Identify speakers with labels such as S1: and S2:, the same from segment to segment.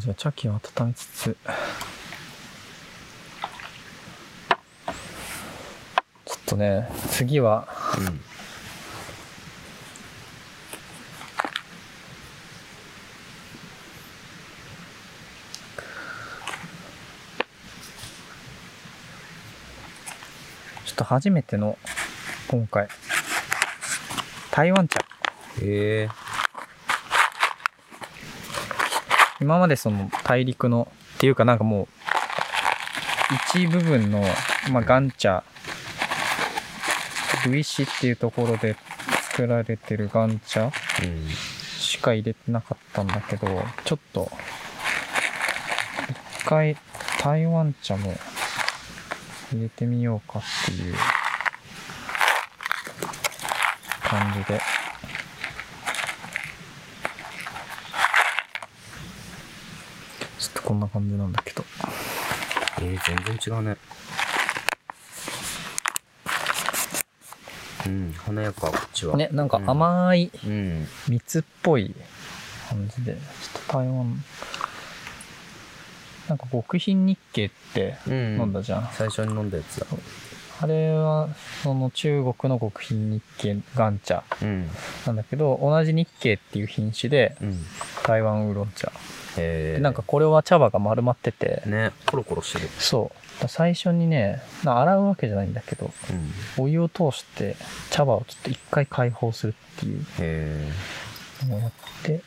S1: じゃあ、茶器を温めつつ、ちょっとね、次は、
S2: うん
S1: ちょっと初めての、今回、台湾茶。
S2: へえ
S1: 今までその大陸のっていうかなんかもう一部分の、まあ、ガンチャルイシっていうところで作られてるガンチャ
S2: うん
S1: しか入れてなかったんだけどちょっと一回台湾茶も入れてみようかっていう感じでちょっとこんな感じなんだけど
S2: えー、全然違うねうん華やかこっちは
S1: ねなんか甘い
S2: うん
S1: 蜜っぽい感じでちょっと台湾なんか極貧日経って
S2: うん
S1: 飲んだじゃん、
S2: 最初に飲んだやつだ
S1: あれはその中国の極貧日系ガン茶
S2: うん
S1: なんだけど同じ日系っていう品種で
S2: うん
S1: 台湾ウーロン茶、
S2: へえ
S1: でなんかこれは茶葉が丸まってて、
S2: ねコロコロしてる
S1: そうだ最初にねな洗うわけじゃないんだけど
S2: うん
S1: お湯を通して茶葉をちょっと一回解放するっていう
S2: へえ
S1: のをやって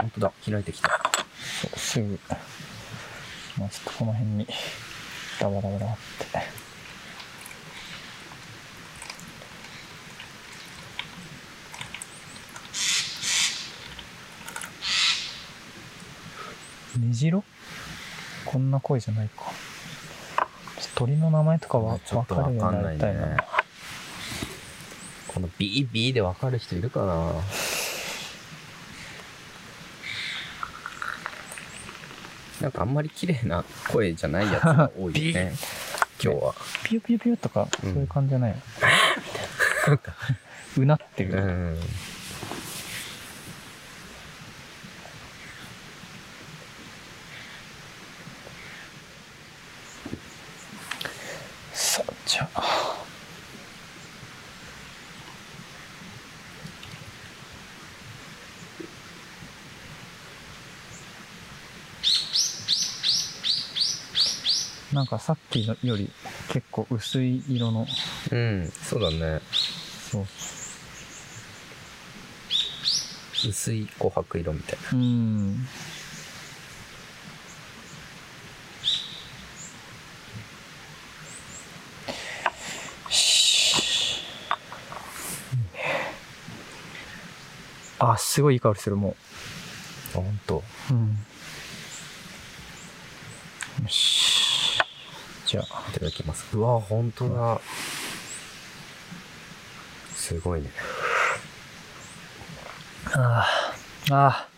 S2: 本当だ開いてきた
S1: そうすぐ、まあ、ちょっとこの辺にダバダバダって煮汁こんな声じゃないかちょっと鳥の名前とかは
S2: ち
S1: 分
S2: ょっと
S1: か
S2: わ
S1: るよ
S2: か
S1: うに
S2: ん
S1: な
S2: な
S1: り
S2: い
S1: たいな
S2: ねこのビービーでわかる人いるかななんかあんまり綺麗な声じゃないやつが多いよ ね今日は
S1: ピュピュピュとかそういう感じじゃないの、うなってる、
S2: うん
S1: さあじゃあなんかさっきのより結構薄い色の
S2: うんそうだね
S1: そう
S2: 薄い琥珀色みたいな
S1: うんしあすごいいい香りするもう
S2: あ本当
S1: うん。よし。じゃあ、
S2: いただきますうわ本当だすごいね
S1: ああ、ああ。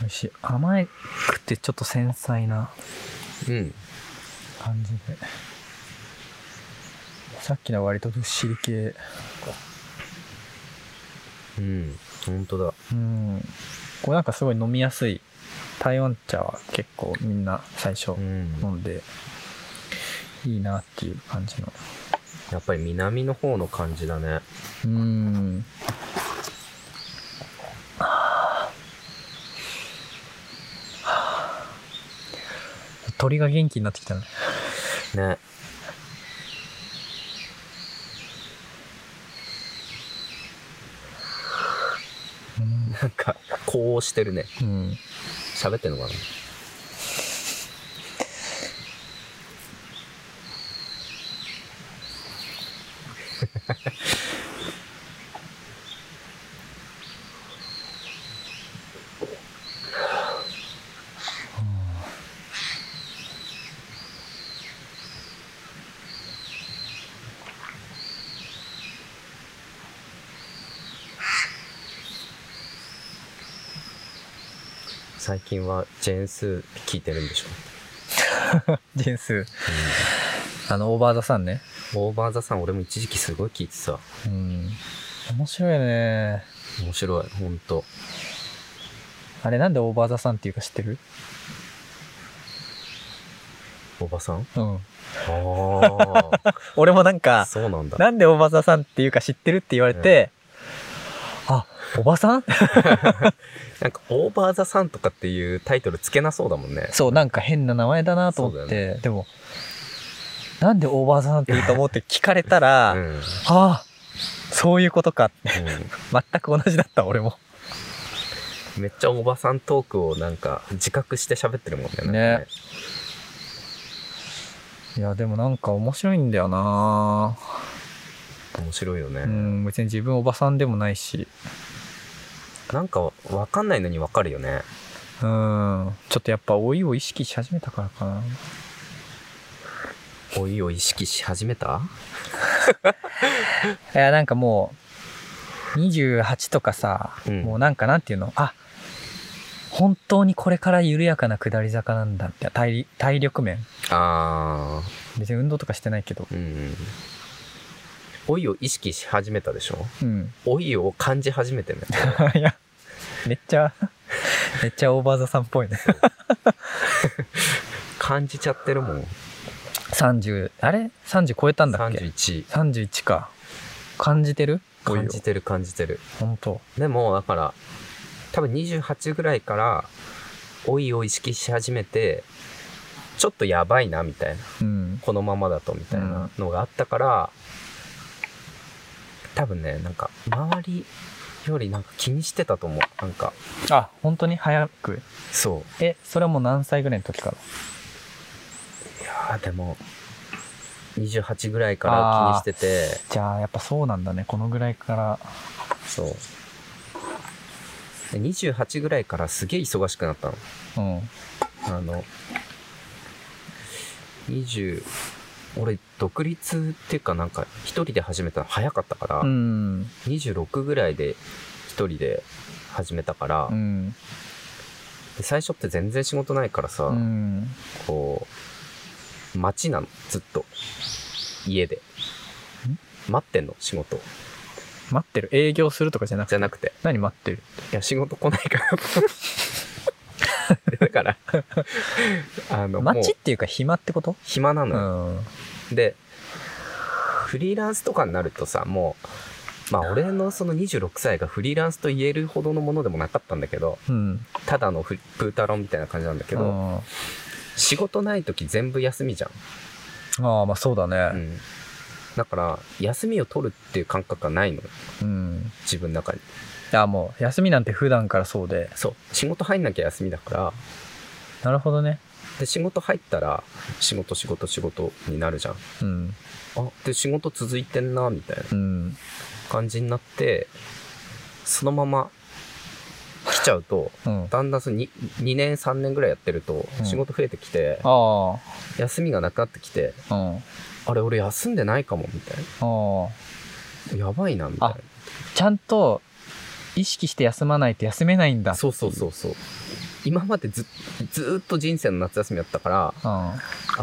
S1: 美味しい。甘いくてちょっと繊細な
S2: うん
S1: 感じで。さっきのは割とずっしり系。
S2: うん本当だ
S1: うん。これなんかすごい飲みやすい。台湾茶は結構みんな最初
S2: うん
S1: 飲んで、いいなっていう感じの。
S2: やっぱり南の方の感じだね。
S1: うん。鳥が元気になってきたね。
S2: ね。なんか、こうしてるね。
S1: うん。
S2: 喋ってんのかな最近はジェーンスー聞いてるんでしょ
S1: ジェンス。あの、オーバーザさんね。
S2: オーバーザさん俺も一時期すごい聞いてさ
S1: うん。面白いね。
S2: 面白いほんと
S1: あれなんでオーバーザさんっていうか知ってる
S2: おばさん
S1: うん。
S2: あ
S1: 俺もなん
S2: あ
S1: か、
S2: そうなんだ
S1: なんでオーバーザさんっていうか知ってるって言われて、あ、おばさん
S2: なんかオーバーザさんとかっていうタイトルつけなそうだもんね
S1: そう、なんか変な名前だなと思
S2: そう
S1: っ
S2: だ
S1: て、でも、なんでオーバーザさんって言うと思 うって聞かれたら、
S2: うん、
S1: あ
S2: うん
S1: あ、そういうことか。全く同じだった、俺も。
S2: めっちゃおばさんトークをなんか自覚して喋ってるもんねなんか
S1: ねいや、でもなんか面白いんだよな
S2: 面白いよね、
S1: うん、別に自分おばさんでもないし、
S2: なんかわかんないのにわかるよね
S1: うん、ちょっとやっぱ老いを意識し始めたからかな。
S2: 老いを意識し始めた
S1: いや、なんかもう、28とかさ、
S2: うん
S1: もうなんかなんていうの、あ本当にこれから緩やかな下り坂なんだって、体体力面。
S2: あ
S1: 別に運動とかしてないけど、
S2: ーうん老いを意識し始めたでしょ
S1: うん。
S2: 老いを感じ始めてね
S1: いや、めっちゃ、めっちゃオーバーザさんっぽいね。
S2: 感じちゃってるもん
S1: 30、あれ ?30 超えたんだっけ
S2: 31
S1: ?31 か。感じてる老い
S2: 感
S1: を
S2: じてる感じてる
S1: 本当
S2: でもだから多分28ぐらいから老いを意識し始めてちょっとやばいなみたいな
S1: うん。
S2: このままだとみたいなのがあったから、多分ねなんか周りよりなんか気にしてたと思うなんか
S1: あ、本当に早く。
S2: そ
S1: え、それはもう何歳ぐらいの時から
S2: ういやーでも28ぐらいから気にしてて
S1: じゃあ、やっぱそうなんだね。このぐらいから。
S2: そうで28ぐらいからすげえ忙しくなったの
S1: うん。
S2: あの20俺独立っていうかなんか一人で始めたの早かったから、
S1: うん。
S2: 26ぐらいで一人で始めたから、
S1: うん。
S2: で最初って全然仕事ないからさ、
S1: うん。
S2: こう待ちなのずっと家で待ってんの仕事
S1: 待ってる。営業するとかじゃなく
S2: じ
S1: て。
S2: ゃなくて
S1: 何待ってる
S2: いや仕事来ない からでだからあのもう
S1: 待ちっていうか暇ってこと
S2: 暇な
S1: う
S2: のよ、
S1: ん。
S2: でフリーランスとかになるとさもうまあ俺のその26歳がフリーランスと言えるほどのものでもなかったんだけど
S1: うん。
S2: ただのフリプータロンみたいな感じなんだけ
S1: う
S2: ど、
S1: んあ
S2: 仕事ない時全部休みじゃん
S1: あ、まあそうだ
S2: う
S1: ね。
S2: ん、だから休みを取るっていう感覚がないの
S1: うん。
S2: 自分の中に
S1: いや、もう、休みなんて普段からそうで。
S2: そう仕事入んなきゃ休みだから
S1: なるほどね。
S2: で仕事入ったら仕事仕事仕事になるじゃん
S1: うん。
S2: あで仕事続いてんなみたいな
S1: うん。
S2: 感じになってそのまま来ちゃうと
S1: うん。あ
S2: だんだんその 2, 2年3年ぐらいやってると
S1: うん
S2: 仕事増えてきて、
S1: あ。
S2: 休みがなくなってきて
S1: うん。あ
S2: あれ俺休んでないかもみたい
S1: あ。
S2: なやばいなみたい
S1: ちゃんと、意識して休まないと休めないんだ
S2: な。そうそうそうそう今までずずーっと人生の夏休みだったから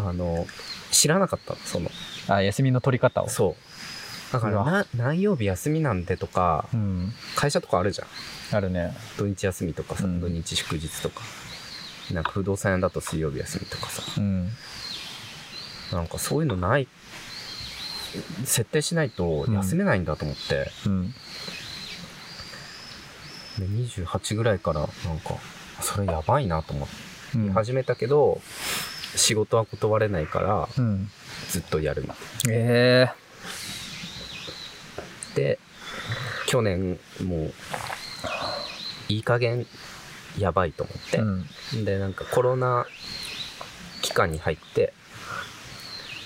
S1: うん。
S2: あの知らなかったのその
S1: あ、休みの取り方を。
S2: そうだか
S1: う
S2: ら
S1: わ
S2: な何曜日休みなんでとか
S1: うん。
S2: 会社とかあるじゃん
S1: あるね。
S2: 土日休みとかさ、
S1: うん
S2: 土日祝日とかなんか不動産屋だと水曜日休みとかさ
S1: うん。
S2: なんかそういうのない設定しないと
S1: うん
S2: 休めないんだと思って、
S1: うん。
S2: で28ぐらいからなんかそれやばいなと思って
S1: うん。
S2: 始めたけど、仕事は断れないから
S1: うん、
S2: ずっとやるみたい
S1: ええ
S2: で去年もういい加減やばいと思って、
S1: うん。
S2: でなんかコロナ期間に入って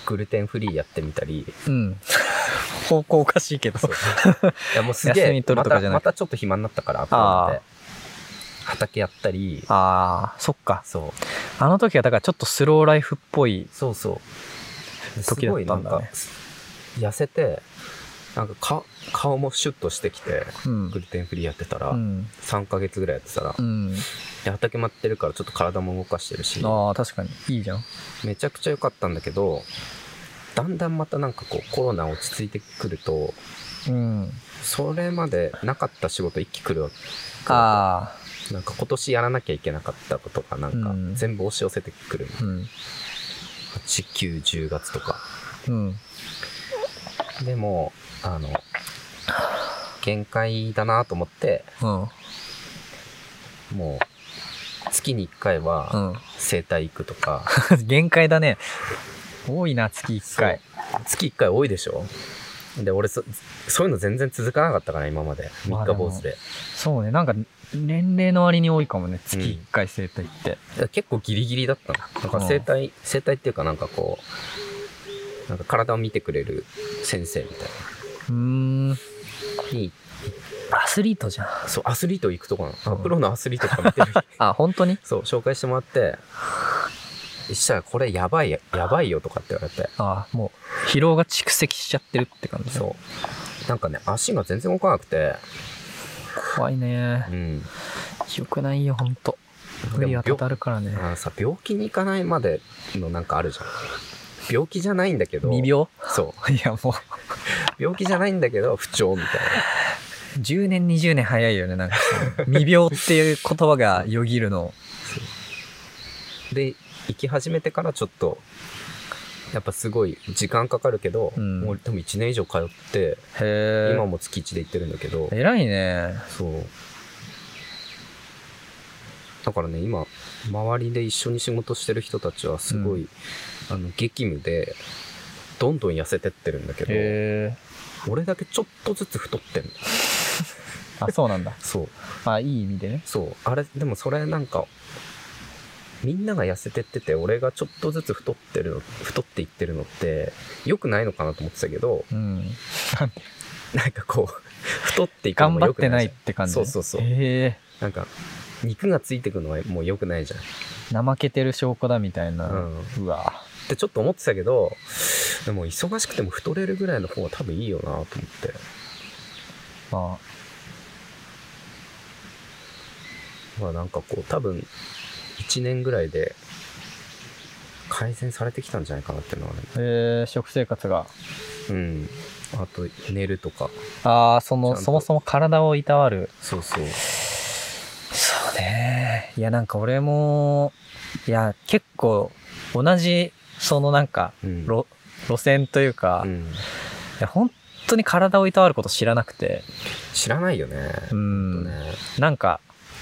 S2: グルテンフリーやってみたり
S1: うん。 方向おかしいけど。
S2: そういやもうす
S1: 休
S2: げえ
S1: み取る
S2: ま
S1: とか
S2: た
S1: じゃなく
S2: またちょっと暇になったから
S1: あー
S2: こうやって畑やったり
S1: ああ、そっか。
S2: そう
S1: あの時はだからちょっとスローライフっぽい。
S2: そうそうす
S1: 時だ
S2: ご
S1: っ
S2: い
S1: た
S2: なんん
S1: だ
S2: か
S1: ね
S2: 痩せてなんかか顔もシュッとしてきて
S1: うん
S2: グルテンフリーやってたら、
S1: うん
S2: 3ヶ月ぐらいやってたら、
S1: うん
S2: で畑待ってるからちょっと体も動かしてるし
S1: ああ確かにいいじゃん
S2: めちゃくちゃ良かったんだけどだんだんまたなんかこうコロナ落ち着いてくると
S1: うん
S2: それまでなかった仕事一気来るわけ
S1: あ
S2: なんか今年やらなきゃいけなかったことがなんか
S1: うん
S2: 全部押し寄せてくる、
S1: あうん
S2: 8910月とか
S1: うん
S2: でもあの限界だなと思って
S1: うん
S2: もう月に1回
S1: う
S2: は
S1: ん
S2: 整体行くとか、
S1: 限界だね多いな月1回
S2: 月1回多いでしょで俺そそういうの全然続かなかったから今まで
S1: まあ
S2: 三日坊主で
S1: そうねなんか年齢の割に多いかもね月1回整体って
S2: だから結構ギリギリだったななんか整体整体っていうかなんかこうなんか体を見てくれる先生みたいう
S1: ーん
S2: なに
S1: アスリートじゃん
S2: そうアスリート行くとこなの、
S1: うん
S2: プロのアスリートとか見 てる
S1: あ本当に
S2: そう紹介してもらってそしたらこれやばいややばいよとかって言われて
S1: ああもう疲労が蓄積しちゃってるって感じう
S2: そうなんかね足が全然動かなくて
S1: 怖いね
S2: うん
S1: よくないよほんと無理はたたるからね
S2: あのさ病気に行かないまでのなんかあるじゃん病気じゃないんだけど
S1: 未病
S2: そう
S1: いやも
S2: 病気じゃないんだけど不調みたいう
S1: 10年20年早いよねなんかその 未病っていう言葉がよぎるの
S2: なで行き始めてからちょっとやっぱすごい時間かかるけど、
S1: うん
S2: もう多分1年以上通って
S1: へ
S2: 今も月1で行ってるんだけど
S1: え偉いね
S2: そうだからね今周りで一緒に仕事してる人たちはすごい、あの激務でどんどん痩せてってるんだけど、
S1: へえ
S2: 俺だけちょっとずつ太ってんの
S1: あそうなんだ
S2: そう
S1: あいい意味でね
S2: そうあれでもそれなんかみんなが痩せてってて俺がちょっとずつ太ってるの太っていってるのって良くないのかなと思ってたけど
S1: うん
S2: なんかこう 太っていくの
S1: 頑
S2: も
S1: 張
S2: 良
S1: っ
S2: く
S1: て
S2: な
S1: ないい
S2: じ
S1: っ
S2: ゃん
S1: て感じ
S2: そうそうそう
S1: へえ
S2: なんか肉がついてくのはもう良くないじゃん
S1: 怠けてる証拠だみたいな、
S2: うん
S1: うわ
S2: ってちょっと思ってたけどでも忙しくても太れるぐらいの方が多分いいよなと思って
S1: ま
S2: まあなんかこう多分1年ぐらいで改善されてきたんじゃないかなっていうのはね
S1: あへえ食生活が
S2: うんあと寝るとか
S1: ああその
S2: ちゃんと
S1: そもそも体をいたわる
S2: そうそう
S1: そうね。いや、なんか俺も、いや、結構、同じ、そのなんか、
S2: うん
S1: 路、路線というか、
S2: う
S1: い
S2: ん、
S1: や本当に体をいたわること知らなくて、
S2: 知らないよね
S1: う、ん、
S2: ね
S1: なんか、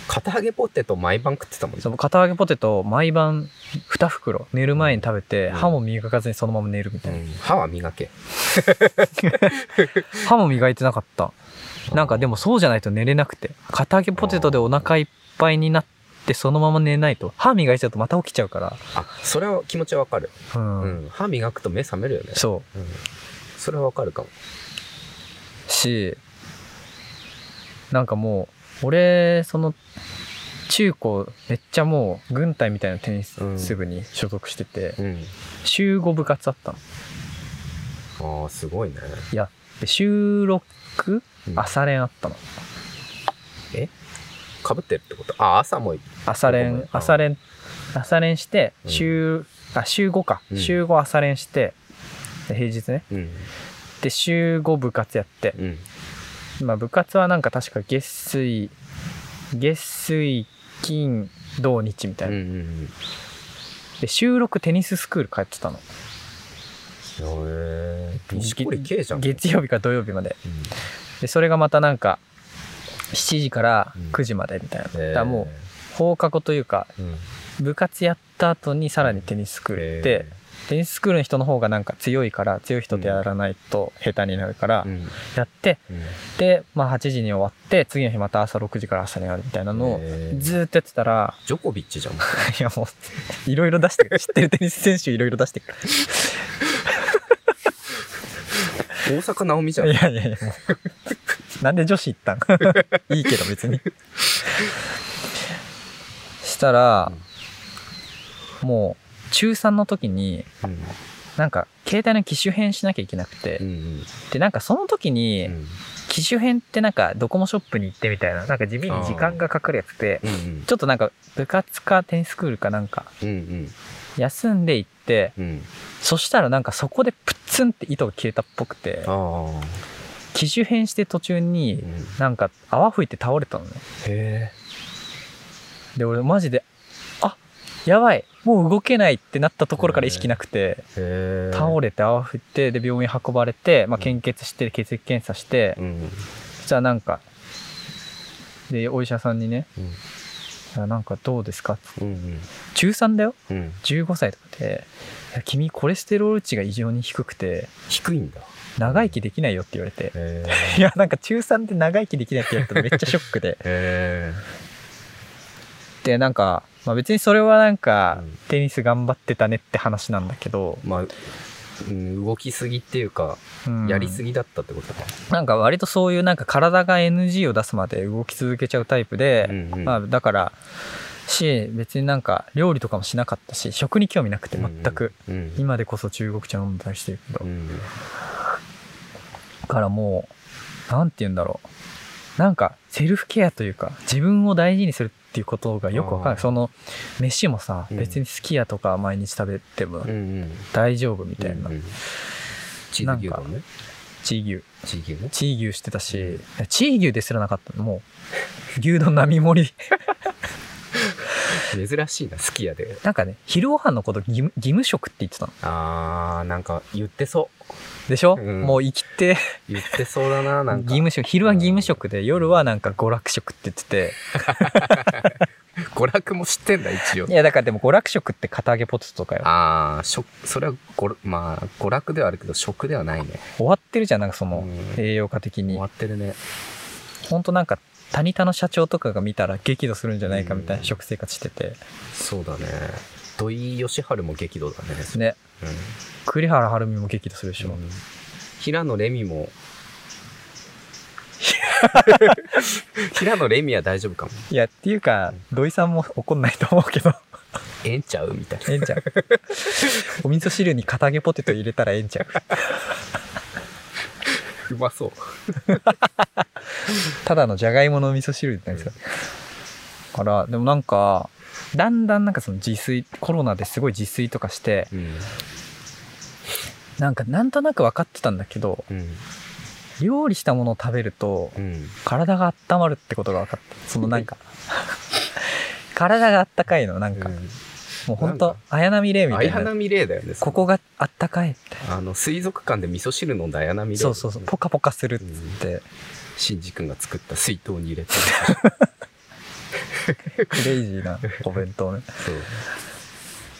S2: 片揚げポテト毎晩食ってたもんね
S1: その片揚げポテトを毎晩2袋寝る前に食べて、
S2: うん
S1: 歯も磨かずにそのまま寝るみた
S2: う
S1: いな、
S2: ん、歯は磨け
S1: 歯も磨いてなかったなんかでもそうじゃないと寝れなくて片揚げポテトでお腹いっぱいになってそのまま寝ないと歯磨いちゃうとまた起きちゃうから
S2: あそれは気持ちはわかる、
S1: うん、
S2: うん、歯磨くと目覚めるよね
S1: そう
S2: う、ん、それはわかるかも
S1: しなんかもう俺その中高めっちゃもう軍隊みたいなテニス部に所属してて、
S2: うん
S1: 週5部活あったの
S2: あーすごいね、
S1: いやで週6
S2: うん、
S1: 朝練あったの
S2: かぶってるってことあ朝も
S1: 朝
S2: ごめん
S1: 練
S2: うん
S1: 朝練朝練して
S2: うん
S1: 週、あ週5か、
S2: うん
S1: 週5朝練してで平日ね
S2: うん
S1: で週5部活やって
S2: うん
S1: まあ部活はなんか確か月水月水金土日みた
S2: う
S1: い
S2: んう
S1: なんで収録テニススクール通ってたの
S2: へえ錦織圭じゃん
S1: 月曜日か土曜日まで
S2: うん
S1: でそれがまたなんか7時から9時までみたいな、
S2: へ
S1: だ
S2: ー
S1: からもう放課後というか
S2: うん
S1: 部活やった後にさらにテニススクール行って、テニススクールの人の方がなんか強いから強い人でやらないと下手になるから
S2: うん
S1: やって、
S2: うん
S1: で、まあ、8時に終わって次の日また朝6時から朝にあるみたいなのを
S2: へー
S1: ずーっとやってたら
S2: ジョコビッチじゃんもう
S1: いやもう、いろいろ出してくる。知ってるテニス選手いろいろ出してく
S2: 大阪なおみじゃん
S1: る。いやいやいや、もう。なんで女子行 ったんいいけど別に。したら、もう、中3の時に、
S2: うん
S1: なんか、携帯の機種変しなきゃいけなくて、
S2: うん
S1: でなんかその時に、
S2: うん
S1: 機種変ってなんかドコモショップに行ってみたいななんか地味に時間がかかるやつで
S2: うんうん
S1: ちょっとなんか部活かテニスクールかなんか
S2: うん
S1: 休んで行って
S2: うんうん
S1: そしたらなんかそこでプッツンって糸が切れたっぽくて
S2: ああ
S1: 機種変して途中
S2: う
S1: に
S2: ん
S1: なんか泡吹いて倒れたのね
S2: へえ
S1: で俺マジであやばいもう動けないってなったところから意識なくて
S2: へえ
S1: 倒れて泡吹いてで病院運ばれて、まあ、献血して血液検査して
S2: うん
S1: そしたらなんかでお医者さんにね
S2: うん
S1: あなんかどうですかって
S2: うん
S1: 中3だよ
S2: うんうん
S1: 15歳とかで「いや君コレステロール値が異常に低くて
S2: 低いんだ
S1: 長生きできないよ」って言われて
S2: へ
S1: いやなんか中3で長生きできないって言われたらめっちゃショックで
S2: え
S1: でなんか、まあ、別にそれはなんか
S2: うん
S1: テニス頑張ってたねって話なんだけど、
S2: まあうん動きすぎっていうか
S1: うん
S2: やりすぎだったってことか
S1: なんか割とそういうなんか体が NG を出すまで動き続けちゃうタイプで、
S2: うんうん
S1: まあ、だからし別になんか料理とかもしなかったし食に興味なくて全く、
S2: うんうん
S1: 今でこそ中国茶飲んだりしてるけど、
S2: うん
S1: だからもうなんて言うんだろうなんかセルフケアというか自分を大事にするっていうことがよくわかん
S2: あ
S1: な
S2: ー
S1: いその飯もさ、
S2: うん
S1: 別に好きやとか毎日食べても
S2: うんうん
S1: 大丈夫みたいな、
S2: うんうんチーズ牛丼ね
S1: チー牛
S2: チーズ牛ね
S1: チー牛してたしチー牛ですらなかったのもう牛丼並盛り
S2: 珍しいな好きやで
S1: なんかね昼ご飯のこと義務義務食って言ってたの
S2: あーなんか言ってそ
S1: でしょ、
S2: うん
S1: もう生きて
S2: う言ってそうだななん
S1: 義
S2: か
S1: 務食昼は義務食で夜はなんか娯楽食って言ってて
S2: 娯楽も知ってんだ一応
S1: いやだからでも娯楽食って片揚げポテトとかよ
S2: ああ食それはごまあ娯楽ではあるけど食ではないね
S1: 終わってるじゃんなんかその
S2: うん
S1: 栄養価的
S2: 終
S1: に
S2: わってるね
S1: 本当なんかタニタの社長とかが見たら激怒するんじゃないかみたいな
S2: うん
S1: 食生活してて
S2: そうだね土井善晴も激怒だね
S1: ね
S2: うん
S1: 栗原はるみも激怒するでしょ、
S2: うん平野レミ も平野レミは大丈夫かも
S1: いやっていうか土井さんも怒んないと思うけど
S2: ええんちゃうみたいな
S1: ええんちゃうお味噌汁に片揚げポテト入れたらええんちゃう
S2: うまそう
S1: ただのじゃがいもの味噌汁じゃないですかだからでもなんかだんだんなんかその自炊コロナですごい自炊とかして
S2: うん
S1: なんかなんとなく分かってたんだけど
S2: うん
S1: 料理したものを食べると
S2: うん
S1: 体が温まるってことが分かったそのなんか 体があったかいのなんか、もうほん
S2: な
S1: と
S2: んか
S1: 綾波レイみたい
S2: 綾
S1: な
S2: 波レイだよね
S1: ここがあったかいみたい
S2: あの水族館で味噌汁飲んだ綾波レ
S1: な
S2: イ
S1: そうそうそうポカポカするっつって、
S2: シンジ君が作った水筒に入 れて
S1: クレイジーなお弁当 ね
S2: そう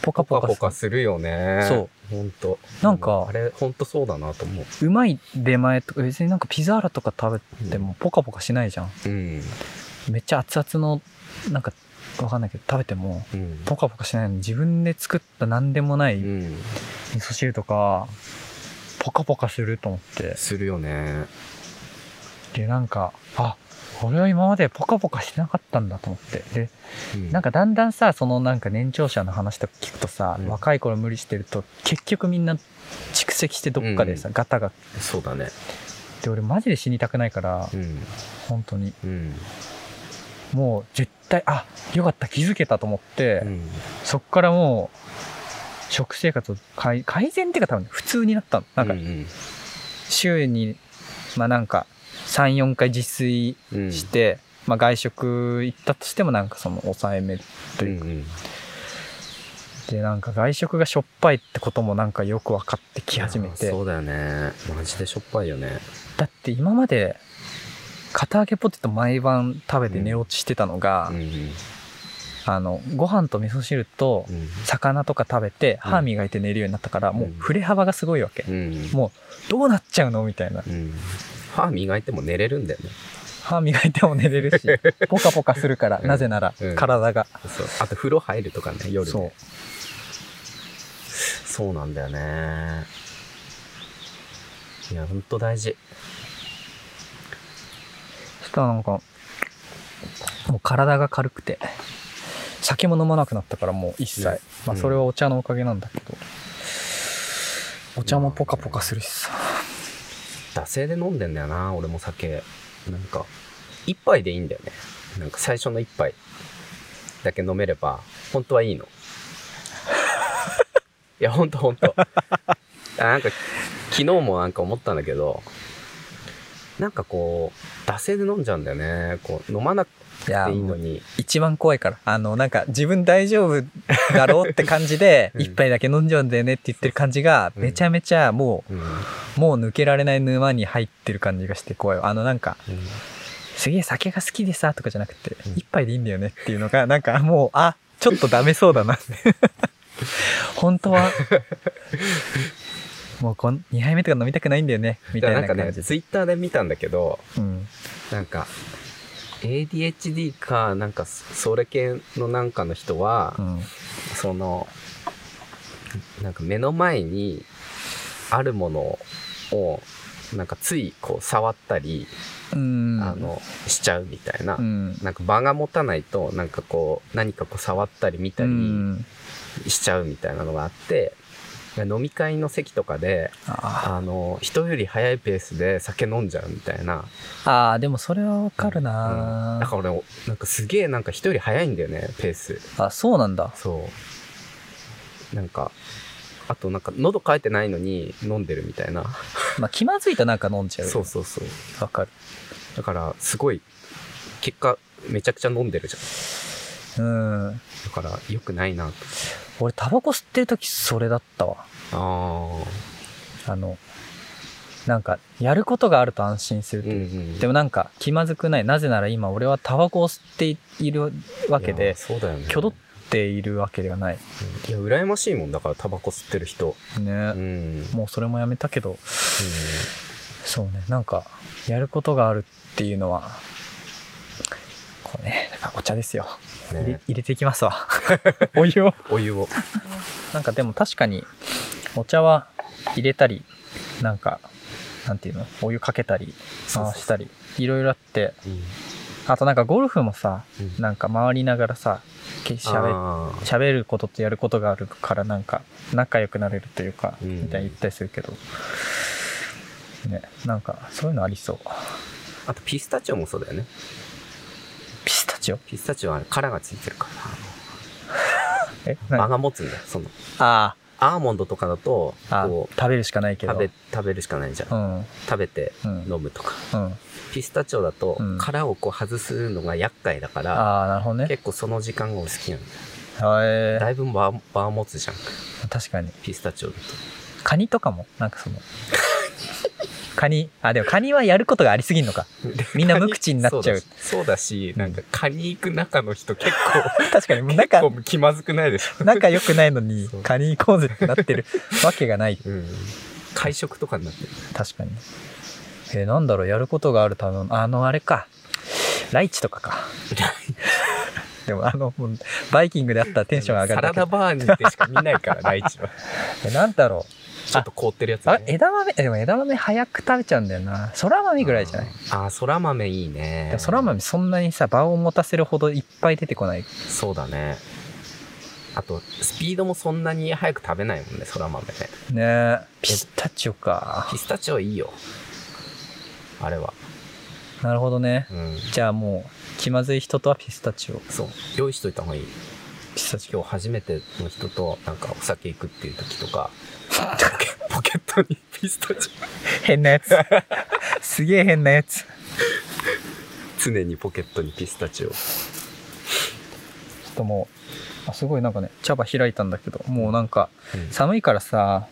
S1: ポカ
S2: ポ
S1: ポ
S2: カ
S1: カ
S2: ポ
S1: する
S2: カするよね
S1: そう
S2: ほんと
S1: なんか
S2: うあれほんとそうだなと思う
S1: うまい出前とか別になんかピザーラとか食べてもポカポカしないじゃん
S2: うん
S1: めっちゃ熱々のなんかわかんないけど食べても
S2: うん
S1: ポカポカしないのに自分で作った何でもな
S2: う
S1: い味
S2: ん
S1: 噌汁とかポカポカすると思って
S2: するよね
S1: でなんかあ俺は今までポカポカしてなかったんだと思ってで
S2: うん
S1: なんかだんだんさそのなんか年長者の話とか聞くとさ、
S2: うん
S1: 若い頃無理してると結局みんな蓄積してどっかでさ、ガタが
S2: そうだね
S1: で俺マジで死にたくないから、
S2: うん
S1: 本当に
S2: うん
S1: もう絶対あよかった気づけたと思って、
S2: うん
S1: そっからもう食生活を改改善っていうか多分普通になったのなんか
S2: うん
S1: 週にまあなんか34回自炊
S2: うん
S1: して、まあ、外食行ったとしてもなんかその抑えめというか、
S2: うんうん
S1: でなんか外食がしょっぱいってこともなんかよく分かってき始め
S2: い
S1: て
S2: やそうだよねマジでしょっぱいよね
S1: だって今まで片揚げポテト毎晩食べて寝落ちしてたのが、
S2: うん
S1: あのご飯と味噌汁と
S2: うん
S1: 魚とか食べて
S2: うん
S1: 歯磨いて寝るようになったから、もううん振れ幅がすごいわけ、
S2: うん
S1: もうどうなっちゃうのみたいな
S2: うん歯磨いても寝れるんだよね
S1: 歯磨いても寝れ るしポカポカするから
S2: うん
S1: なぜなら
S2: うん
S1: 体が、
S2: そうあと風呂入るとかね夜ね
S1: そう
S2: そうなんだよね。いや、ほんと大事。
S1: そしたらなんか、もう体が軽くて、酒も飲まなくなったからもう一切。
S2: うん
S1: まあそれはお茶のおかげなんだけど、お茶もポカポカするしさ
S2: 惰性で飲んでんだよな俺も酒なんか一杯でいいんだよねなんか最初の一杯だけ飲めれば本当はいいの いや本当本当あなんか昨日もなんか思ったんだけどなんかこう惰性で飲んじゃうんだよねこう飲まなく
S1: い
S2: て
S1: や
S2: いいのに
S1: 一番怖いからあのなんか自分大丈夫だろうって感じで
S2: うん
S1: 一杯だけ飲んじゃうんだよねって言ってる感じが
S2: うん
S1: めちゃめちゃも
S2: うん、
S1: うもう抜けられない沼に入ってる感じがして怖いわあのなんか
S2: うん
S1: すげえ酒が好きでさとかじゃなくて
S2: うん
S1: 一杯でいいんだよねっていうのがなんかもうあちょっとダメそうだな 本当 はもうこん2杯目とか飲みたくないんだよねみ
S2: だ
S1: た
S2: か
S1: い
S2: ら
S1: な
S2: なんか
S1: 感
S2: ね
S1: じで
S2: ツイッターで見たんだけど
S1: うん
S2: なんか ADHD かなんかそれ系のなんかの人は、
S1: うん
S2: そのなんか目の前にあるものをなんかついこう触ったり、
S1: うん
S2: あのしちゃうみたいな、
S1: うん
S2: なんか場が持たないとなんかこう何かこう触ったり見た
S1: う
S2: り
S1: ん
S2: しちゃうみたいなのがあって、飲み会の席とかで
S1: あ
S2: あの人より早いペースで酒飲んじゃうみたいな
S1: ーあーでもそれはわかる
S2: う、
S1: なん
S2: だから俺なんかすげえなんか人より早いんだよねペース
S1: あそうなんだ
S2: そうなんかあとなんか喉乾いてないのに飲んでるみたいな
S1: まあ気まずいとなんか飲んじゃう
S2: そうそうそう
S1: わかる
S2: だからすごい結果めちゃくちゃ飲んでるじゃん
S1: うん
S2: だから良くないなと
S1: 俺タバコ吸ってる時それだったわ
S2: あ
S1: あのなんかやることがあると安心する
S2: あうんうん
S1: でもなんか気まずくないなぜなら今俺はタバコを吸っているわけ
S2: いや
S1: で
S2: そうだよね
S1: 挙動っているわけではない
S2: いや羨ましいもんだからタバコ吸ってる人
S1: ね、
S2: うん
S1: もうそれもやめたけどそうねなんかやることがあるっていうのはこうねなんかお茶ですよ、
S2: うん
S1: 入れ
S2: ね
S1: 入れていきますわお湯を
S2: お湯を
S1: なんかでも確かにお茶は入れたりなんかなんていうのお湯かけたり
S2: そうそう
S1: 回したりいろいろあって
S2: うん
S1: あとなんかゴルフもさ
S2: うん
S1: なんか回りながらさけしゃべ
S2: あー
S1: 喋ることとやることがあるからなんか仲良くなれるというか、
S2: うん
S1: みたいに言ったりするけどねなんかそういうのありそう
S2: あとピスタチオもそうだよね
S1: ピスタチオ
S2: ピスタチオは殻がついてるから
S1: え
S2: あの
S1: 何
S2: 間
S1: あ
S2: が持つんだよその
S1: あ
S2: アーモンドとかだと
S1: あ
S2: こう
S1: 食べるしかないけど
S2: 食べ食べるしかないじゃん、
S1: うん
S2: 食べて
S1: うん
S2: 飲むとか、
S1: うん
S2: ピスタチオだと
S1: うん
S2: 殻をこう外すのが厄介だから、
S1: ああなるほどね
S2: 結構その時間が俺好きなんだよ
S1: へ
S2: だいぶバーバー持つじゃん
S1: え確かに
S2: ピスタチオだ
S1: カニとかもなんかそのカニあでもカニはやることがありすぎんのか
S2: と
S1: みんな無口になっちゃう
S2: そうだしそうだしなんか蚊に行く中の人結
S1: 確かに もう
S2: 構
S1: 仲
S2: こう気まずくないでしょ、
S1: 仲良くないのに
S2: そう
S1: カニ行こうぜってなってるわけがない
S2: うん、会食とかになってる
S1: 確かにえーなんだろうやることがあるためのあのあれかライチとかかでもあのもうバイキングであったらテンションが上
S2: サ
S1: がるだ
S2: ラ
S1: け
S2: ダバーにでしか見ないからライチ は
S1: えなんだろう
S2: ちょっと凍ってるやつ、ね、
S1: あれ枝豆えでも枝豆早く食べちゃうんだよなそら豆ぐらいじゃない
S2: あーそら豆いいね
S1: でもそら豆そんなにさ場を持たせるほどいっぱい出てこない
S2: そうだねあとスピードもそんなに早く食べないもんねそら豆ね
S1: ねえピスタチオか
S2: ピスタチオいいよあれは
S1: なるほどね
S2: うん
S1: じゃあもう気まずい人とはピスタチオ
S2: そう用意しといた方がいい
S1: ピスタ チオ
S2: 今日初めての人となんかお酒行くっていう時とか ポケットにピスタチ
S1: 変なやつ すげえ変なやつ
S2: オ常にポケットにピスタチオ
S1: ちょっともうあすごいなんかね茶葉開いたんだけどもうなんか
S2: うん
S1: 寒いからさ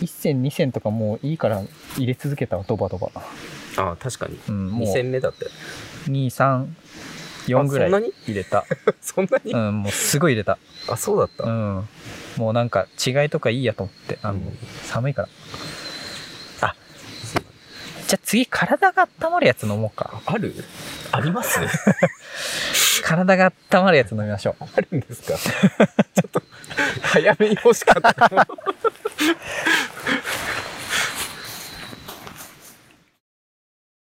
S1: 1銭2銭とかもういいから入れ続けたわドバドバ、
S2: ああ確かに
S1: うん、
S2: 2
S1: も
S2: 戦目だって
S1: う234
S2: あ
S1: ぐらい
S2: そんなに
S1: 入れた、
S2: そんなに、
S1: うん、もうすごい入れた、
S2: あ そうだった、
S1: うん、もうなんか違いとかいいやと思ってあの、
S2: うん
S1: 寒いからあじゃあ次体が温まるやつ飲もうか
S2: あるあります
S1: 体が 温まるやつ飲みましょう
S2: あるんですかちょっと早めに欲しかったかも